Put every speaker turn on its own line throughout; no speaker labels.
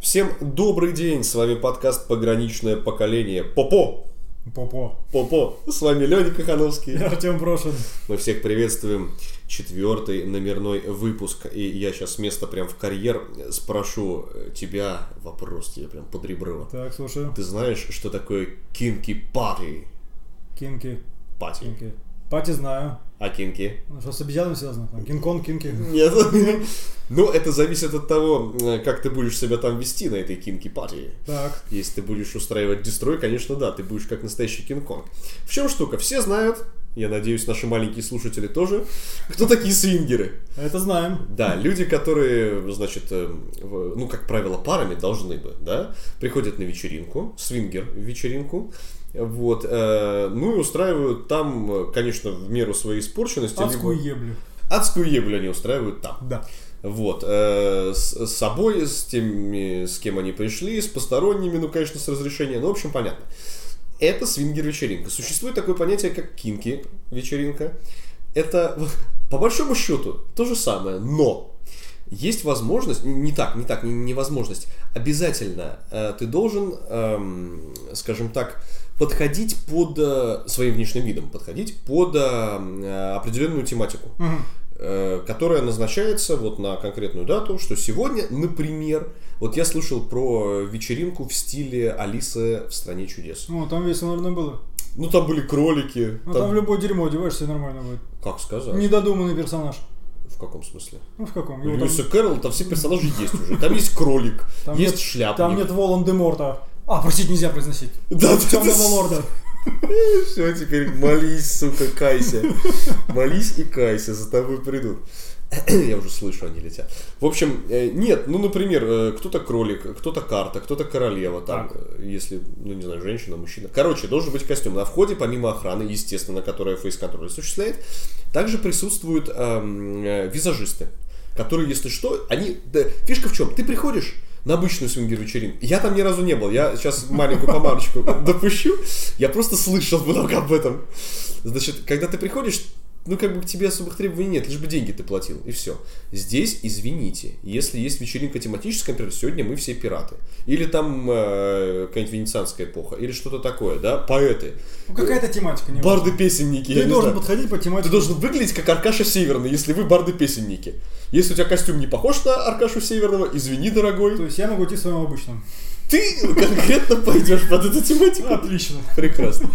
Всем добрый день, с вами подкаст «Пограничное поколение». Попо!
Попо.
Попо! С вами Леня Кохановский.
Артем Брошин.
Мы всех приветствуем. Четвертый номерной выпуск. И я сейчас с места прям в карьер спрошу тебя вопрос тебе прям под ребро.
Так, слушаю.
Ты знаешь, что такое кинки-пати?
Кинки.
Пати.
Кинки. Пати знаю.
А кинки?
Ну, Что с обезьянами связано? Там, Кинг-Конг, Кинки.
Нет. Ну, это зависит от того, э, как ты будешь себя там вести на этой кинки-пати.
Так.
Если ты будешь устраивать дестрой, конечно, да, ты будешь как настоящий Кинг-Конг. В чем штука? Все знают, я надеюсь, наши маленькие слушатели тоже, кто такие свингеры.
Это знаем.
Да, люди, которые, значит, э, в- ну, как правило, парами должны бы, да, приходят на вечеринку, свингер вечеринку, вот, э, ну и устраивают там, э, конечно, в меру своей испорченности. либо-
Адскую еблю.
адскую еблю они устраивают там.
Да.
Вот, э, с, с собой, с теми, с кем они пришли, с посторонними, ну, конечно, с разрешения, ну, в общем, понятно. Это свингер-вечеринка. Существует такое понятие, как кинки-вечеринка. Это, по большому счету, то же самое, но есть возможность, н- не так, не так, не, не возможность, обязательно э, ты должен, эм, скажем так, подходить под э, своим внешним видом, подходить под э, м, э, определенную тематику
Мгм.
э, которая назначается вот на конкретную дату, что сегодня, например, вот я слышал про вечеринку в стиле Алисы в стране чудес.
Ну, там весело, наверное, было.
Ну там были кролики.
Ну,
там-
там в любое дерьмо одеваешься, и нормально будет.
Как сказать?
Недодуманный персонаж.
В каком смысле?
Ну, в каком?
У
Его там-
Льюиса Кэрролла там все персонажи есть уже. Там есть кролик,
Там
есть
нет-
шляпник.
Там нет Волан-де-Морта. А, простите, нельзя произносить.
Да, да,
Темного лорда.
Все, теперь молись, сука, кайся. Молись и кайся, за тобой придут. Я уже слышу, они летят. В общем, э, нет, ну, например, э, кто-то кролик, кто-то карта, кто-то королева, там,
Так.
э, если, ну, не знаю, женщина, мужчина. Короче, должен быть костюм. На входе, помимо охраны, естественно, которая фейс-контроль осуществляет, также присутствуют эм, э, визажисты, которые, если что, они... да, фишка в чем? Ты приходишь на обычную свингер-вечеринку. Я там ни разу не был. Я сейчас маленькую помарочку допущу. Я просто слышал много об этом. Значит, когда ты приходишь, ну, как бы к тебе особых требований нет, лишь бы деньги ты платил, и все. Здесь, извините, если есть вечеринка тематическая, например, сегодня мы все пираты. Или там э, какая-нибудь венецианская эпоха, или что-то такое, да, поэты,
Ну, какая-то тематика. не важно.
барды-песенники, я
Ты
не
должен
знаю.
подходить по тематике.
Ты должен выглядеть как Аркаша Северный, если вы барды-песенники. Если у тебя костюм не похож на Аркашу Северного, извини,
То
дорогой,
есть я могу идти в своем обычном.
ты конкретно пойдешь под эту тематику.
Отлично.
Прекрасно.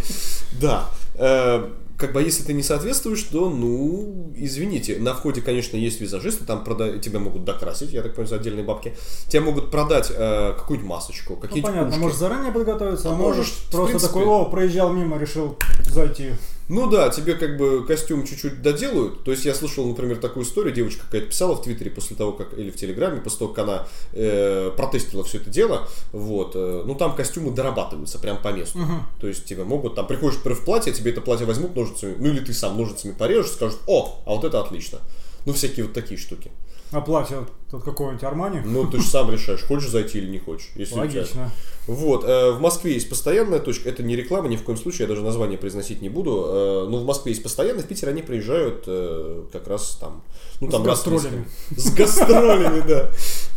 Да. Э, Как бы а если ты не соответствуешь, то, ну, извините. На входе, конечно, есть визажисты, там прода- тебя могут докрасить, я так понимаю, за отдельные бабки. Тебя могут продать э, какую-нибудь масочку,
Ну,
какие-нибудь
понятно,
ушки.
можешь заранее подготовиться, а,
А
можешь,
можешь, в
просто
принципе.
такой, о, проезжал мимо, решил зайти.
Ну да, тебе как бы костюм чуть-чуть доделают. То есть я слышал, например, такую историю, девочка какая-то писала в Твиттере после того, как, или в Телеграме, после того, как она э, протестила все это дело, вот, э, ну там костюмы дорабатываются прям по месту. То есть тебя могут, там приходишь например, в платье, тебе это платье возьмут ножницами, ну или ты сам ножницами порежешь, скажут, о, а вот это отлично. Ну, всякие вот такие штуки.
А платье вот тут какого-нибудь Армани?
Ну, ты же сам решаешь, хочешь зайти или не хочешь. Если у тебя-
Логично.
Вот, э, в Москве есть постоянная точка, это не реклама, ни в коем случае, я даже название произносить не буду, э, но в Москве есть постоянно, в Питер они приезжают э, как раз там, ну
С
там раз в
гастролями.
несколько- С гастролями, да.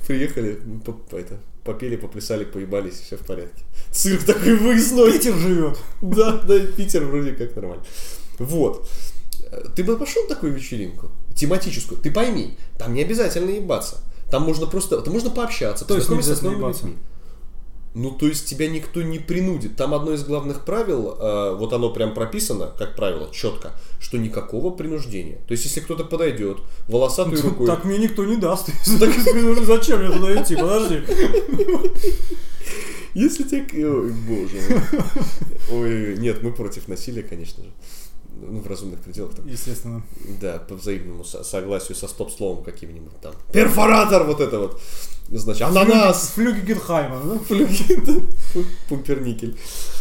Приехали, ну, по- по- это, попели, поплясали, поебались, все в порядке. Цирк такой выездной.
Питер живет.
Да, да, и Питер вроде как нормально. Вот. Э, Ты бы пошел на такую вечеринку, тематическую, ты пойми, там не обязательно ебаться. Там можно просто, там можно пообщаться,
То есть
познакомиться
нельзя
с новыми
наебаться?
людьми. Ну, то есть тебя никто не принудит. Там одно из главных правил, э, вот оно прям прописано, как правило, четко, что никакого принуждения. То есть, если кто-то подойдет, волосатой рукой...
Ну, Так мне никто не даст. Ну, Так, Зачем мне туда идти? Подожди.
Если тебе... к- Ой, боже мой. Ой, нет, мы против насилия, конечно же. Ну, в разумных пределах. там.
Естественно.
Да, по взаимному со- согласию со стоп-словом каким-нибудь там. Перфоратор вот это вот. Значит, ананас.
Флюги Гитхайма, да?
Ну, Флюги, да. Пу- Пумперникель.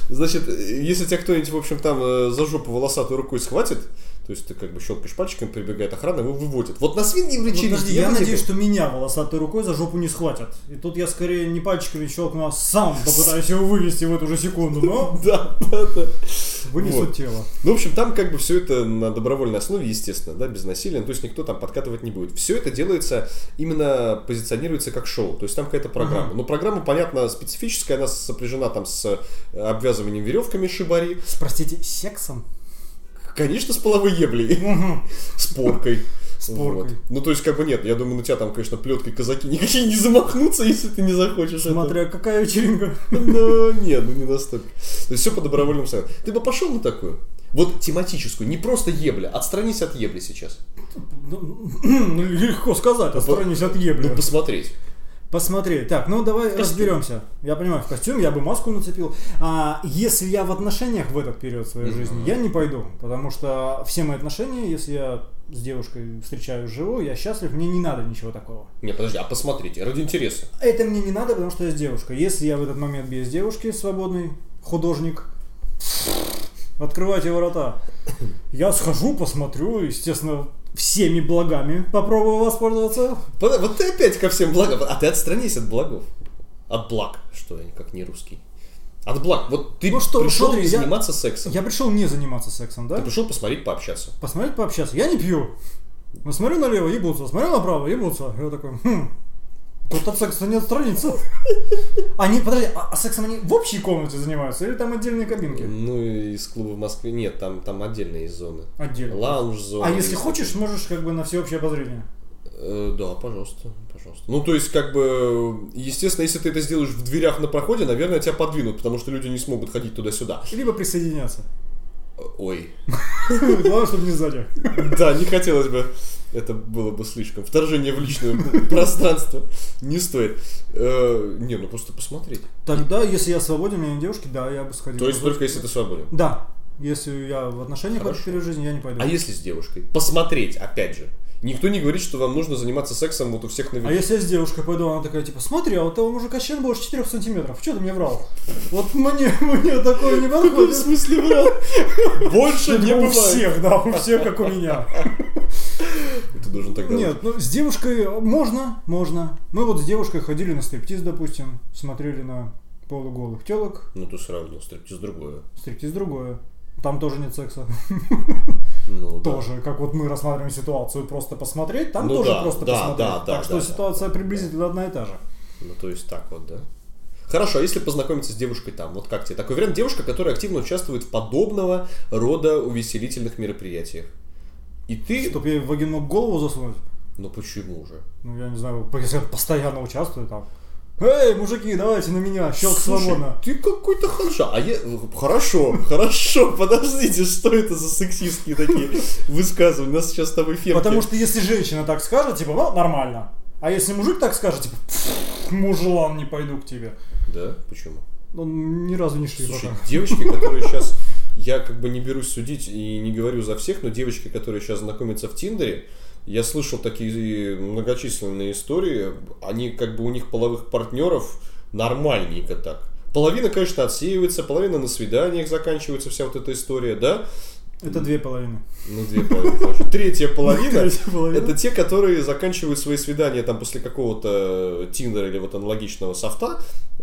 Значит, э, если тебя кто-нибудь, в общем, там э, за жопу волосатой рукой схватит, то есть ты как бы щелкаешь пальчиком, прибегает охрана, его выводит. Вот на свиньи в
Вот подожди,
вечеринке.
я
бы не
надеюсь,
был.
что меня волосатой рукой за жопу не схватят. И тут я скорее не пальчиками щелкну, а сам попытаюсь его вывести в эту же секунду, но...
Да, да, да.
Вынесут
Вот.
тело.
Ну, в общем, там как бы все это на добровольной основе, естественно, да, без насилия, ну, то есть никто там подкатывать не будет. Все это делается, именно позиционируется как шоу, то есть там какая-то программа. Но программа, понятно, специфическая, она сопряжена там с э, обвязыванием веревками шибари,
С, Простите, с сексом?
конечно, с половой еблей,
Мгм.
с поркой.
С поркой.
Вот. Ну, то есть, как бы нет, я думаю, на тебя там, конечно, плеткой казаки никакие не замахнутся, если ты не захочешь. этого.
Смотря какая вечеринка.
Ну, нет, ну не настолько. То есть все по добровольному совету. Ты бы пошел на такую? Вот тематическую, не просто ебля, а отстранись от ебли сейчас.
Ну, ну, легко сказать, отстранись от ебли.
Ну, посмотреть.
Посмотри. Так, ну давай разберемся. Я понимаю, в костюм я бы маску нацепил. А если я в отношениях в этот период своей
Мгм.
жизни, я не пойду. Потому что все мои отношения, если я с девушкой встречаюсь живую, я счастлив, мне не надо ничего такого.
Не, подожди, а посмотрите, ради интереса.
Это мне не надо, потому что я с девушкой. Если я в этот момент без девушки, свободный художник, открывайте ворота. Я схожу, посмотрю, естественно, всеми благами попробую воспользоваться.
Под- Вот ты опять ко всем благам. А ты отстранись от благов. От благ, что я как не русский. От благ. Вот ты
Ну что,
пришел
смотри, я-
заниматься сексом.
Я пришел не заниматься сексом, да?
Ты пришел посмотреть, пообщаться.
посмотреть, пообщаться. Я не пью. Но смотрю налево, ебутся, смотрю направо, ебутся. Я такой, хм, тут от секса не отстраниться. Они, подожди, а, а сексом они в общей комнате занимаются или там отдельные кабинки?
Ну, из клуба в Москве. Нет, там, там отдельные зоны.
Отдельно.
Лаунж-зона.
А если хочешь, можешь как бы на всеобщее обозрение.
Э, Да, пожалуйста, пожалуйста. Ну, то есть, как бы, естественно, если ты это сделаешь в дверях на проходе, наверное, тебя подвинут, потому что люди не смогут ходить туда-сюда.
Либо присоединяться.
Э, Ой.
Главное, чтобы не сзади.
Да, не хотелось бы. Это было бы слишком. Вторжение в личное пространство. Не стоит. Э, Не, ну просто посмотреть.
Тогда, если я свободен, у меня нет девушки, да, я бы сходил.
То есть только если ты свободен.
Да. Если я в отношениях в этот
Хорошо.
период жизни, я не пойду.
А если с девушкой? Посмотреть, опять же. Никто не говорит, что вам нужно заниматься сексом вот у всех на
А
виду.
если я с девушкой пойду, она такая, типа, смотри, а у того мужика член больше 4 сантиметров, что ты мне врал? Вот мне, мне такое не подходит.
смысле врал? Больше не
Ну, у
бывает.
всех, да, у всех, как у меня.
Ты должен тогда...
Нет, ну с девушкой можно, можно. Мы вот с девушкой ходили на стриптиз, допустим, смотрели на полуголых телок,
Ну, то все равно, стриптиз другое.
стриптиз другое. Там тоже нет секса.
Ну, да.
Тоже, как вот мы рассматриваем ситуацию, просто посмотреть, там
Ну
тоже
да,
просто
да,
посмотреть.
да, да,
так что
да, да,
ситуация
да,
приблизительно одна и та же.
Ну, то есть так вот, да. Хорошо, а если познакомиться с девушкой там, вот как тебе? Такой вариант девушка, которая активно участвует в подобного рода увеселительных мероприятиях. И ты...
Чтоб ей в вагинок голову засунуть.
Ну почему же?
Ну, я не знаю, если он постоянно участвует там. Эй, мужики, давайте на меня, щелк
Слушай,
свободно.
ты какой-то ханжа. А я... Хорошо, хорошо, подождите, что это за сексистские такие высказывания? У нас сейчас с тобой фемки.
Потому что если женщина так скажет, типа, ну, нормально. А если мужик так скажет, типа, «Пф, мужлан, не пойду к тебе.
Да? Почему?
Он ни разу не шли
Слушай,
пока.
девочки, которые сейчас... Я как бы не берусь судить и не говорю за всех, но девочки, которые сейчас знакомятся в Тиндере, я слышал такие многочисленные истории. Они как бы у них половых партнеров нормальненько так. Половина, конечно, отсеивается, половина на свиданиях заканчивается, вся вот эта история, да?
Это две половины.
Ну, две половины. хорошо. Третья половина
Третья половина.
это те, которые заканчивают свои свидания там после какого-то э, Тиндера или вот аналогичного софта,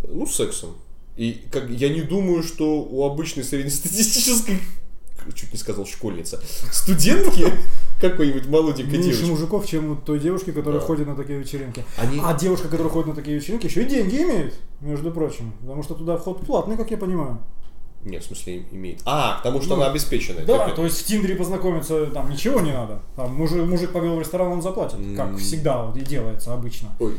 ну, сексом. И как, я не думаю, что у обычной среднестатистической, чуть не сказал школьница, студентки какой-нибудь молоденькой
Меньше
девочки.
мужиков, чем у той девушки,
Да.
которая
Ну.
ходит на такие вечеринки.
Они...
А девушка, которая ходит на такие вечеринки, еще и деньги имеет, между прочим. Потому что туда вход платный, как я понимаю.
Нет, в смысле имеет. А, потому что
Ну,
она обеспеченная.
Да,
Э, Как это?
то есть в Тиндере познакомиться там ничего не надо. Там мужик, мужик повел в ресторан, он заплатит.
М.
Как всегда вот и делается обычно.
Ой,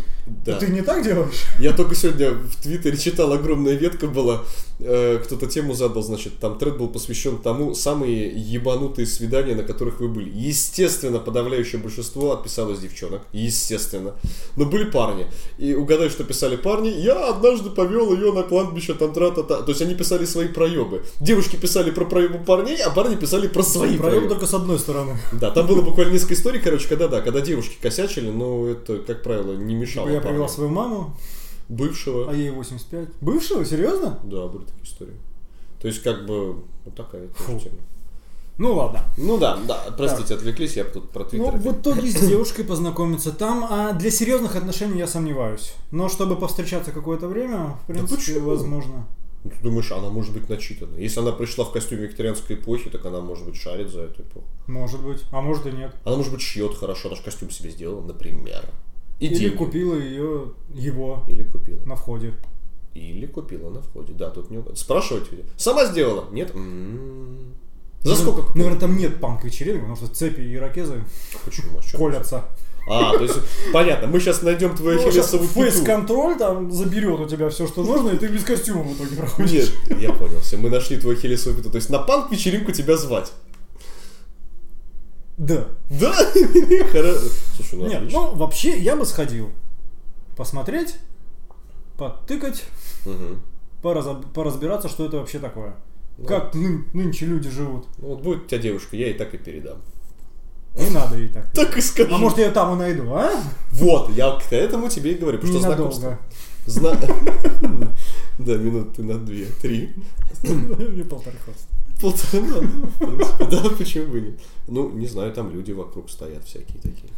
да.
Ты не так делаешь?
Я только сегодня в Твиттере читал, огромная ветка была, э, кто-то тему задал, значит, там тред был посвящен тому, самые ебанутые свидания, на которых вы были. Естественно, подавляющее большинство отписалось девчонок, естественно. Но были парни. И угадай, что писали парни, я однажды повел ее на кладбище, там тра-та-та. То есть они писали свои проебы. Девушки писали про проебы парней, а парни писали про свои
Проем
проебы.
только с одной стороны.
Да, там было буквально несколько историй, короче, когда да, когда девушки косячили, но это, как правило, не мешало.
Типа, Ну, Я
парням.
привела свою маму,
бывшего.
а ей 85. Бывшего? Серьезно?
Да, были такие истории. То есть, как бы, вот такая тоже
Фу.
тема.
Ну ладно.
Ну да, да, простите, отвлеклись, я тут про Твиттер.
Ну,
опять.
в итоге с девушкой познакомиться там, а для серьезных отношений я сомневаюсь. Но чтобы повстречаться какое-то время, в принципе,
почему?
возможно.
Ну, ты думаешь, она может быть начитана. Если она пришла в костюме викторианской эпохи, так она может быть шарит за эту эпоху.
Может быть. А может и нет.
Она может быть шьет хорошо, она же костюм себе сделала, например. И
Или
деньги.
купила ее его
Или купила.
на входе.
Или купила на входе. Да, тут не угад- Спрашивать тебя. Сама сделала? Нет? М.
Ну,
За сколько? купила?
Наверное, там нет панк-вечеринок, потому что цепи и ракезы
Почему? А чё?
колятся.
А, то есть, понятно, мы сейчас найдем твою
Ну, щас
ахиллесову пяту.
Фейс-контроль там заберет у тебя все, что нужно, и ты без костюма в итоге проходишь.
Нет, я понял. Все, мы нашли твою ахиллесову пяту. То есть на панк-вечеринку тебя звать.
Да.
Да? Хоро- Слушай, ну
Нет,
отлично.
ну вообще я бы сходил посмотреть, подтыкать,
Мгм.
пораза- поразбираться, что это вообще такое.
Ну.
Как ны- нынче люди живут.
Ну вот будет у тебя девушка, я ей так и передам.
Не надо ей так.
Так и скажу.
А может я ее там и найду, а?
Вот, я к этому тебе и говорю, потому что знакомство.
Ненадолго.
Зна... Да, минуты на две, три.
Мне полтора хватит.
Полтора, да, в принципе, да, почему бы и нет. Ну, не знаю, там люди вокруг стоят всякие такие.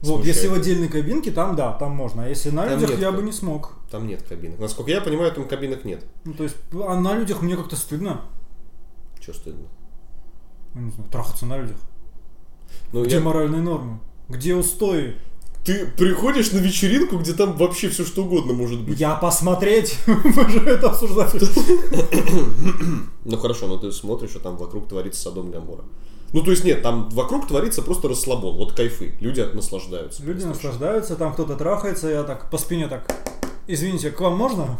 Вот,
Слушай,
если в
это-
отдельной кабинке, там да, там можно. А если на
Там
людях,
нет
я
как-
бы не смог.
Там нет кабинок. Насколько я понимаю, там кабинок нет.
Ну, то есть, а на людях мне как-то стыдно.
Че стыдно?
Ну, не знаю, трахаться на людях.
Ну,
Где
я-
моральные нормы? Где устои?
Ты приходишь на вечеринку, где там вообще все что угодно может быть.
Я посмотреть! Мы же это обсуждали.
Ну хорошо, но ты смотришь, что там вокруг творится Садом Гамора. Ну то есть нет, там вокруг творится просто расслабон, вот кайфы, люди от- наслаждаются.
Люди
Просто.
наслаждаются, там кто-то трахается, я так по спине так... Извините, к вам можно?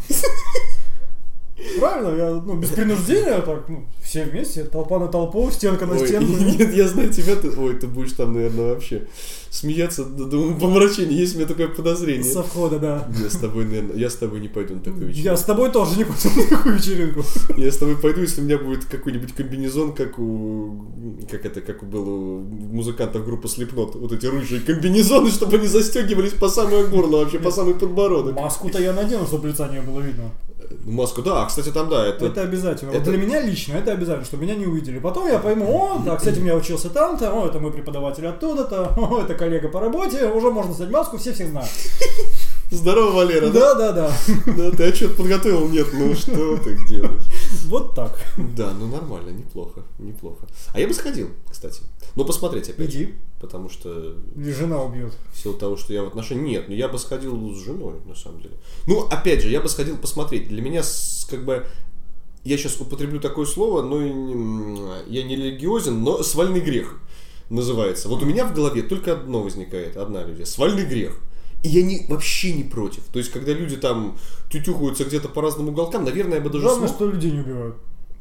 Правильно, я, ну, без принуждения, так, ну, все вместе, толпа на толпу, стенка на
Ой,
стенку.
нет, я знаю тебя, ты, ой, ты будешь там, наверное, вообще смеяться до, до помрачения, есть у меня такое подозрение.
Со входа, да.
Я с тобой, наверное, я с тобой не пойду на такую
Я
вечеринку.
с тобой тоже не пойду на такую вечеринку.
Я с тобой пойду, если у меня будет какой-нибудь комбинезон, как у... Как это, как был у музыкантов группы Слепнот. Вот эти рыжие комбинезоны, чтобы они застегивались по самое горло, вообще по самый подбородок.
Маску-то я надену, чтобы лица не было видно.
Ну, Маску, да, кстати, там, да, это...
Это обязательно. Вот
это-
для меня лично это обязательно, чтобы меня не увидели. Потом я пойму, о, да, кстати, я учился там-то, о, это мой преподаватель оттуда-то, о, это коллега по работе, уже можно снять маску, все всех знают.
Здорово, Валера.
Да, да, да.
Да, ты отчет подготовил? Нет, ну что ты делаешь?
Вот так.
Да, ну нормально, неплохо, неплохо. А я бы сходил, кстати. Но посмотреть опять. же,
Иди.
Потому что
И жена убьет.
в силу того, что я в отношении... Нет, ну я бы сходил с женой, на самом деле. Ну, опять же, я бы сходил посмотреть. Для меня с- как бы... Я сейчас употреблю такое слово, но и не- м, я не религиозен, но свальный грех называется. Вот у меня в голове только одно возникает, одна людей. Свальный грех. И я не, вообще не против. То есть, когда люди там тютюхаются где-то по разным уголкам, наверное, я бы даже
Главное,
смог.
что людей не убивают.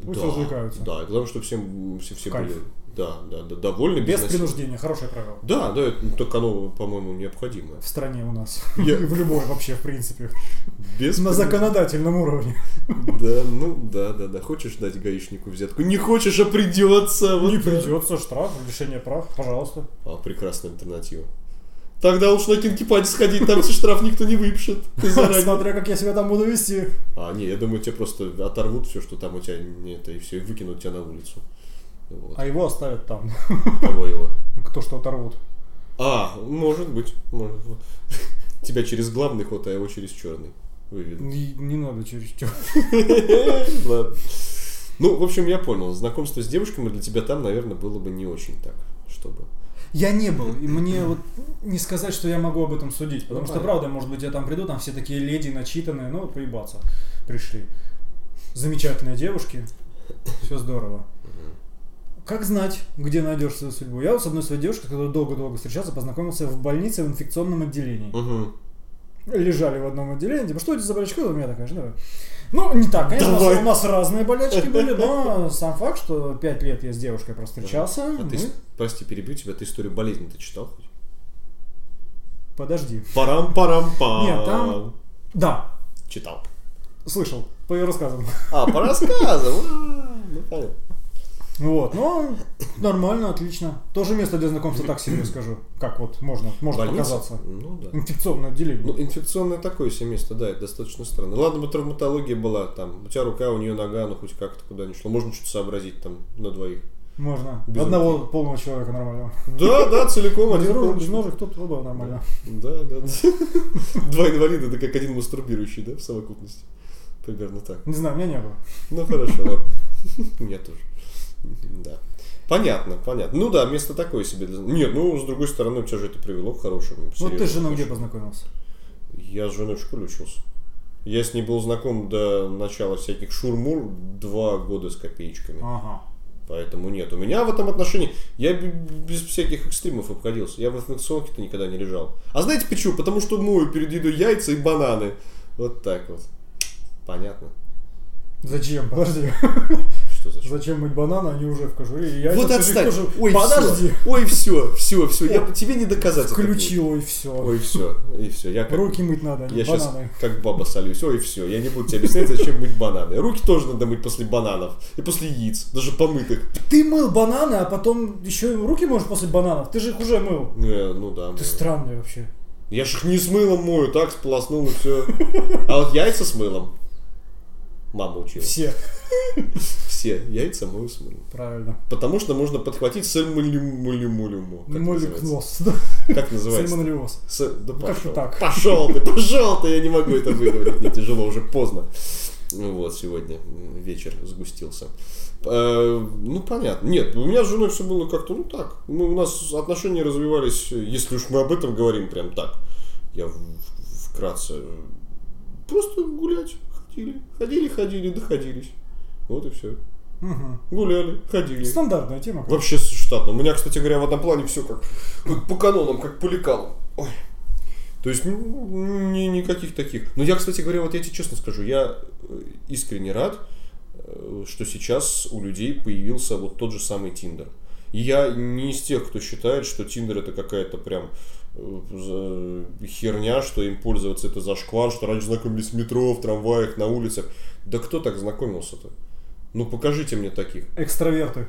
Пусть
да,
развлекаются.
Да, главное, чтобы всем, все, все
Кайф.
были да, да, да, довольны.
Без
насилия.
принуждения, хорошее правило.
Да, да, это, ну, только оно, по-моему, необходимое.
В стране у нас.
Я-
И в любой вообще, в принципе.
Без
На
принуж-
законодательном уровне.
Да, ну да, да, да. Хочешь дать гаишнику взятку? Не хочешь, а придется. вот
Не
так.
придется штраф, лишение прав, пожалуйста.
А, прекрасная альтернатива. Тогда уж на кинкипаде сходить, там тебе штраф никто не выпишет. Ты заранее.
Смотря как я себя там буду вести.
А, не, я думаю, тебе просто оторвут все, что там у тебя не это, и все, и выкинут тебя на улицу. Вот.
А его оставят там.
Кого его?
Кто что оторвут.
А, может быть, может быть. Тебя через главный ход, а его через черный выведут.
Не, не надо через чё.
Ладно. Ну, в общем, я понял. Знакомство с девушками для тебя там, наверное, было бы не очень так, чтобы...
Я не был, и мне вот не сказать, что я могу об этом судить, потому
Ну,
что,
понятно.
правда, может быть, я там приду, там все такие леди начитанные, ну, вот поебаться пришли. Замечательные девушки, все здорово. Как знать, где найдешь свою судьбу? Я вот с одной своей девушкой, с которой долго-долго встречался, познакомился в больнице в инфекционном отделении.
Мгм.
Лежали в одном отделении, типа, что это за болячка? У меня такая же, давай. Ну, не так, конечно, у нас-
Давай.
у нас разные болячки были, но сам факт, что пять лет я с девушкой простречался,
А ты,
мы-
прости, перебью тебя, ты историю болезни ты читал хоть?
Подожди.
Парам-парам-пам.
Нет, там- Да,
Читал.
Слышал, по ее рассказам.
А, по рассказам. А, Ну, понятно.
Вот, ну, нормально, отлично. Тоже место для знакомства так себе скажу. Как вот можно, может
Больница?
показаться.
Ну, да.
Инфекционное отделение.
Ну, инфекционное такое себе место, да, это достаточно странно. Ладно бы травматология была, там, у тебя рука, у нее нога, ну, хоть как-то куда-нибудь шло. Можно что-то сообразить там на двоих.
можно.
без Ну,
Одного полного человека нормально. Ну,
Да, да, целиком
Без
один
рук,
кулак.
без ножек, тут оба нормально.
Да, да, да. Два инвалида, это как один мастурбирующий, да, в совокупности. Примерно так.
Не знаю, у меня не было.
Ну хорошо, ладно. У меня тоже. Да. Понятно, понятно. Ну да, место такое себе. для- Нет, ну с другой стороны, у тебя же это привело к хорошему.
Вот Ну,
серьезному
ты с женой где
отношению.
познакомился?
Я с женой в школе учился. Я с ней был знаком до начала всяких шурмур два года с копеечками.
Ага.
Поэтому нет. У меня в этом отношении я б- без всяких экстримов обходился. Я в информационке-то никогда не лежал. А знаете почему? Потому что мою перед едой яйца и бананы. Вот так вот. Понятно.
Зачем? Подожди.
Что за ш-
Зачем мыть бананы, они уже в кожуре. и яйца,
Вот
ты же
отстань.
тоже-
Ой,
Подожди.
все. Ой, все, все, все. Я
О,
тебе не доказать. это
Включил, ой, все.
буду. Ой, все. И все. Я как,
Руки мыть надо, а не
я сейчас
бананы.
как баба солюсь. Ой, все. Я не буду тебе объяснять, зачем мыть бананы. Руки тоже надо мыть после бананов. И после яиц. Даже помытых.
Ты мыл бананы, а потом еще и руки можешь после бананов. Ты же их уже мыл.
Э, ну да.
Ты
мою.
странный вообще.
Я ж их не с мылом мою, так сполоснул и все. А вот яйца с мылом. Мама учила.
Все.
Все яйца мою с мылом.
Правильно.
Потому что можно подхватить сыр мылю мылю мылю Как называется?
Моликноз. да.
Как называется?
Сальмонеллез.
Сыр- Да
Ну, как-то
пошел.
так.
Пошел ты, пошел ты, я не могу это выговорить, мне тяжело, уже поздно. Ну Вот, сегодня м, вечер сгустился. Э, ну, понятно. Нет, у меня с женой все было как-то, ну, так. Мы, у нас отношения развивались, э, если уж мы об этом говорим, прям так. Я в- в- вкратце... э, Просто гулять ходили. Ходили, ходили, доходились. Вот и все.
Мгм.
Гуляли, ходили.
Стандартная тема.
Вообще штатно. У меня, кстати говоря, в этом плане все как, как по канонам, как по лекалам. Ой. То есть ну, ни- никаких таких. Но я, кстати говоря, вот я тебе честно скажу, я э, искренне рад, э, что сейчас у людей появился вот тот же самый Тиндер. И Я не из тех, кто считает, что Тиндер это какая-то прям э, за- э, херня, что им пользоваться это зашквар, что раньше знакомились в метро, в трамваях, на улицах. Да кто так знакомился-то? Ну покажите мне таких.
Экстраверты.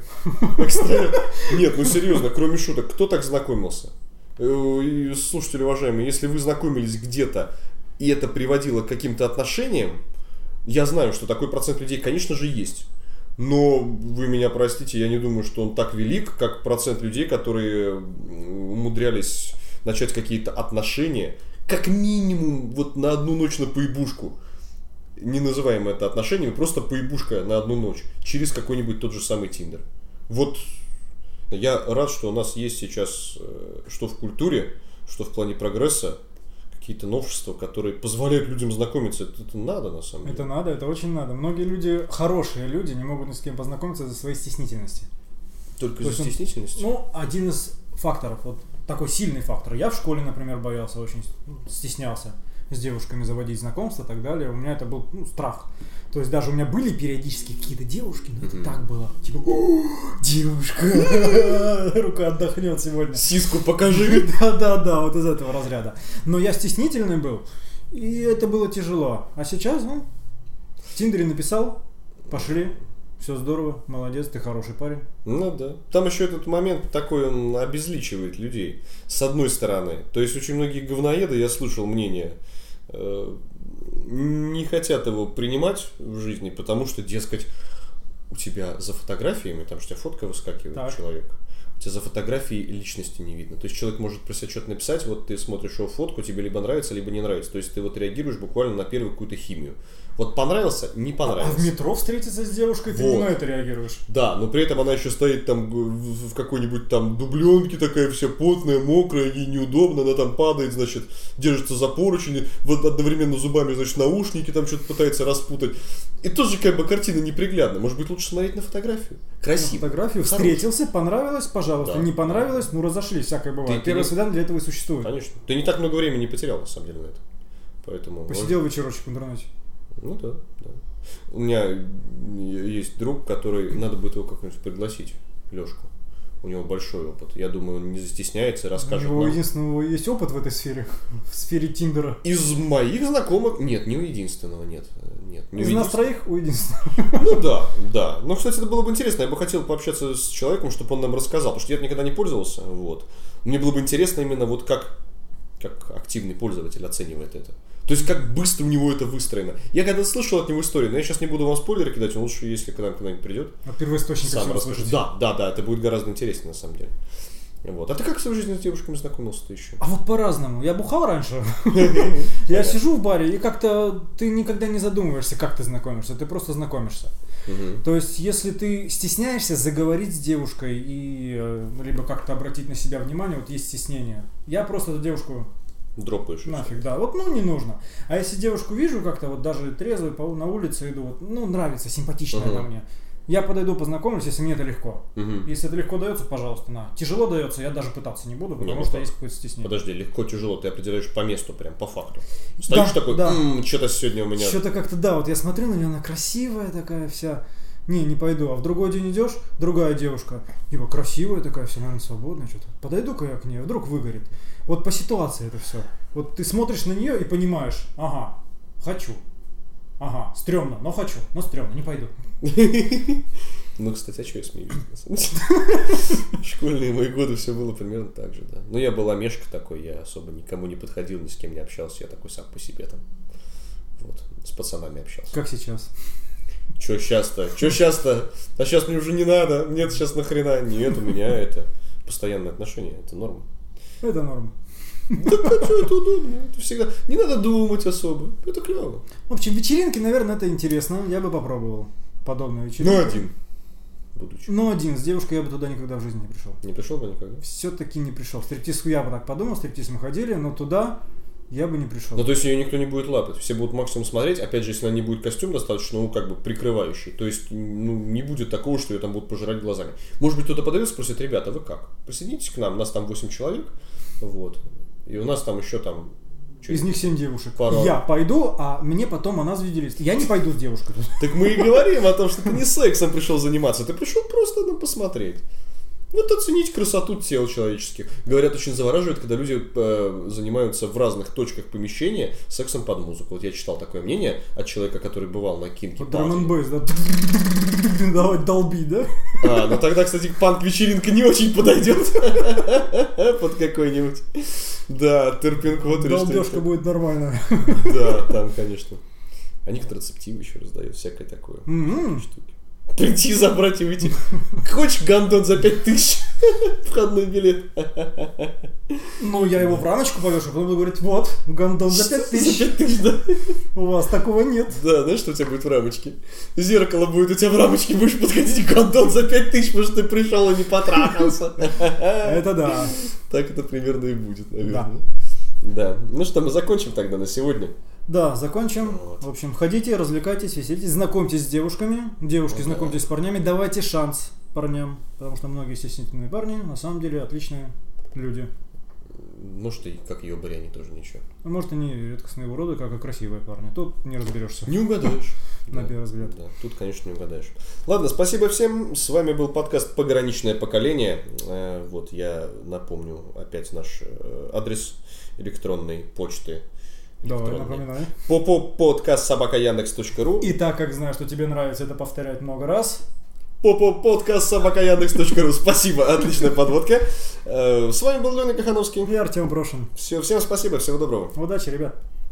Экстраверт. Нет, ну серьезно, кроме шуток, кто так знакомился? Э, и, Слушатели, уважаемые, если вы знакомились где-то и это приводило к каким-то отношениям, я знаю, что такой процент людей, конечно же, есть. Но вы меня простите, я не думаю, что он так велик, как процент людей, которые м, умудрялись начать какие-то отношения, как минимум вот на одну ночь на поебушку. Не называем это отношениями, просто поебушка на одну ночь через какой-нибудь тот же самый Тиндер. Вот я рад, что у нас есть сейчас, э, что в культуре, что в плане прогресса, какие-то новшества, которые позволяют людям знакомиться. Это, это надо, на самом деле.
Это надо, это очень надо. Многие люди, хорошие люди, не могут ни с кем познакомиться из-за своей стеснительности.
Только из-за
То есть он-
стеснительности?
Ну, один из факторов, вот такой сильный фактор. Я в школе, например, боялся очень, ну, стеснялся с девушками заводить знакомства и так далее. У меня это был ну, страх. То есть даже у меня были периодически какие-то девушки, но это
Мгм.
так было. Типа, «О, девушка, рука отдохнет сегодня.
Сиску
Ну,
покажи.
Да-да-да, вот из этого разряда. Но я стеснительный был, и это было тяжело. А сейчас, ну, в Тиндере написал, пошли, все здорово, молодец, ты хороший парень.
Ну да. Там еще этот момент такой, он обезличивает людей. С одной стороны. То есть очень многие говноеды, я слышал мнение, э, не хотят его принимать в жизни, потому что, дескать, у тебя за фотографиями, там же у тебя фотка выскакивает
Так.
человек, у тебя за фотографией личности не видно. То есть человек может про себя что-то написать, вот ты смотришь его фотку, тебе либо нравится, либо не нравится. То есть ты вот реагируешь буквально на первую какую-то химию. Вот понравился, не
А
понравился.
в метро встретиться с девушкой, ты
Вот.
не на это реагируешь.
Да, но при этом она еще стоит там г- в в какой-нибудь там дубленке такая вся потная, мокрая, ей неудобно, она там падает, значит, держится за поручень, вот одновременно зубами, значит, наушники там что-то пытается распутать. И тоже как бы картина неприглядна. Может быть, лучше смотреть на фотографию?
На
Красиво.
Фотографию
Хороший.
встретился, понравилось, пожалуйста.
Да.
Не понравилось, ну разошлись, всякое
Ты-
бывает.
ты
Первое
не-
свидание для этого и существует.
Ну, Конечно. Ты не так много времени потерял, на самом деле, на это. Поэтому...
Посидел вечерочек в интернете.
Ну да, да. У меня есть друг, который надо будет его как-нибудь пригласить, Лешку. У него большой опыт. Я думаю, он не застесняется,
У
расскажет
него
нам.
единственного есть опыт в этой сфере, в сфере Тиндера.
Из моих знакомых... Нет, не у единственного, нет. э, нет не у
Из нас троих у единственного.
единственного. Ну да, да. Ну, кстати, это было бы интересно. Я бы хотел пообщаться с человеком, чтобы он нам рассказал. Потому что я это никогда не пользовался. Вот. Мне было бы интересно именно вот как, как активный пользователь оценивает это. То есть, как быстро у него это выстроено. Я когда слышал от него историю, но я сейчас не буду вам спойлеры кидать, он лучше, если к нам когда-нибудь придет,
От первоисточника
сам
все
расскажет.
услышать.
Да, да, да, это будет гораздо интереснее на самом деле. Вот. А ты как в своей жизни с девушками знакомился-то еще?
А вот по-разному. Я бухал раньше. Я
Понятно.
сижу в баре, и как-то ты никогда не задумываешься, как ты знакомишься. Ты просто знакомишься.
Мгм.
То есть, если ты стесняешься заговорить с девушкой и э, либо как-то обратить на себя внимание, вот есть стеснение. Я просто эту девушку
Дропаешь. и всё.
нафиг, да, вот ну не нужно. А если девушку вижу как-то вот даже трезвый по, на улице иду, вот, ну нравится, симпатичная
Мгм.
она мне, я подойду познакомлюсь, если мне это легко.
Мгм.
Если это легко дается, пожалуйста, на. Тяжело дается, я даже пытаться не буду, потому
ну
что
так.
есть какое-то стеснение.
Подожди, легко, тяжело, ты определяешь по месту, прям по факту. Стоишь
Да,
такой,
да.
что-то сегодня у меня.
Что-то как-то, да, вот я смотрю на нее, она красивая такая вся. Не, не пойду. А в другой день идешь, другая девушка, типа красивая такая, вся, наверное, свободная, что-то. Подойду-ка я к ней, а вдруг выгорит. Вот по ситуации это все. Вот ты смотришь на нее и понимаешь, ага, хочу. Ага, стрёмно, но хочу, но стрёмно, не пойду.
Ну, кстати, а что я смеюсь? на самом деле? Школьные мои годы все было примерно так же, да. Ну, я был омешка такой, я особо никому не подходил, ни с кем не общался, я такой сам по себе там. Вот, с пацанами общался.
Как сейчас.
Че сейчас-то? Че сейчас-то? А сейчас мне уже не надо. Нет, сейчас нахрена. Нет, у меня это постоянные отношения, это норма.
Это норм.
Да что это удобно? Это всегда. Не надо думать особо. Это клево.
В общем, вечеринки, наверное, это интересно. Я бы попробовал подобную вечеринку.
Ну, один. Будучи.
Но один. С девушкой я бы туда никогда в жизни не пришел.
Не пришел бы никогда?
все-таки не пришел. В стриптиз я бы так подумал, в стриптиз мы ходили, но туда я бы не пришел.
Ну, то есть ее никто не будет лапать. Все будут максимум смотреть. Опять же, если она не будет костюм достаточно, ну, как бы прикрывающий. То есть, ну, не будет такого, что ее там будут пожирать глазами. Может быть, кто-то подойдет и спросит, ребята, вы как? Присоединитесь к нам, нас там 8 человек. Вот. И у нас там еще там... чё-
Из них семь девушек.
Пора.
Я пойду, а мне потом она звездились. Я не пойду с девушкой.
Так мы и говорим о том, что ты не сексом пришел заниматься, ты пришел просто нам посмотреть. Вот оценить красоту тел человеческих. Говорят, очень завораживает, когда люди э, занимаются в разных точках помещения сексом под музыку. Вот я читал такое мнение от человека, который бывал на кинке.
Вот драм н бейс, да. Давай долби, да?
А, ну тогда, кстати, панк-вечеринка не очень подойдет. Под какой-нибудь. Да, терпинг вот
Долбежка будет нормально.
Да, там, конечно. А Они контрацептивы еще раздают, всякое такое.
Мгм.
штуки. Прийти, забрать и выйти. Хочешь гандон за 5000? Входной билет.
Ну, я его в раночку повешу, потом буду говорить, вот, гандон за пять тысяч.
5000, да.
У вас такого нет.
Да, знаешь, что у тебя будет в рамочке? Зеркало будет у тебя в рамочке, будешь подходить гандон за 5000, потому что ты пришел и не потрахался.
Это да.
Так это примерно и будет,
Да.
наверное. Да. Ну что, мы закончим тогда на сегодня.
Да, закончим.
Вот.
В общем, ходите, развлекайтесь, веселитесь, знакомьтесь с девушками. Девушки,
Ну да.
знакомьтесь с парнями, давайте шанс парням, потому что многие стеснительные парни на самом деле отличные люди.
Может, Ну и как ебари они тоже ничего.
А Может, они редкостные уроды, как и красивые парни. Тут не разберешься.
Не угадаешь.
На
Да,
первый взгляд.
Да, тут, конечно, не угадаешь. Ладно, спасибо всем. С вами был подкаст «Пограничное поколение». Э, Вот, я напомню опять наш э, адрес электронной почты.
Давай,
Электронной.
напоминай.
По подкаст собака яндекс.ру.
И так как знаю, что тебе нравится это повторять много раз,
По подкаст собака яндекс.ру. Спасибо, отличная подводка. Э, С вами был Леня Кахановский.
я Артем Брошин.
Все, всем спасибо, всего доброго.
Удачи, ребят.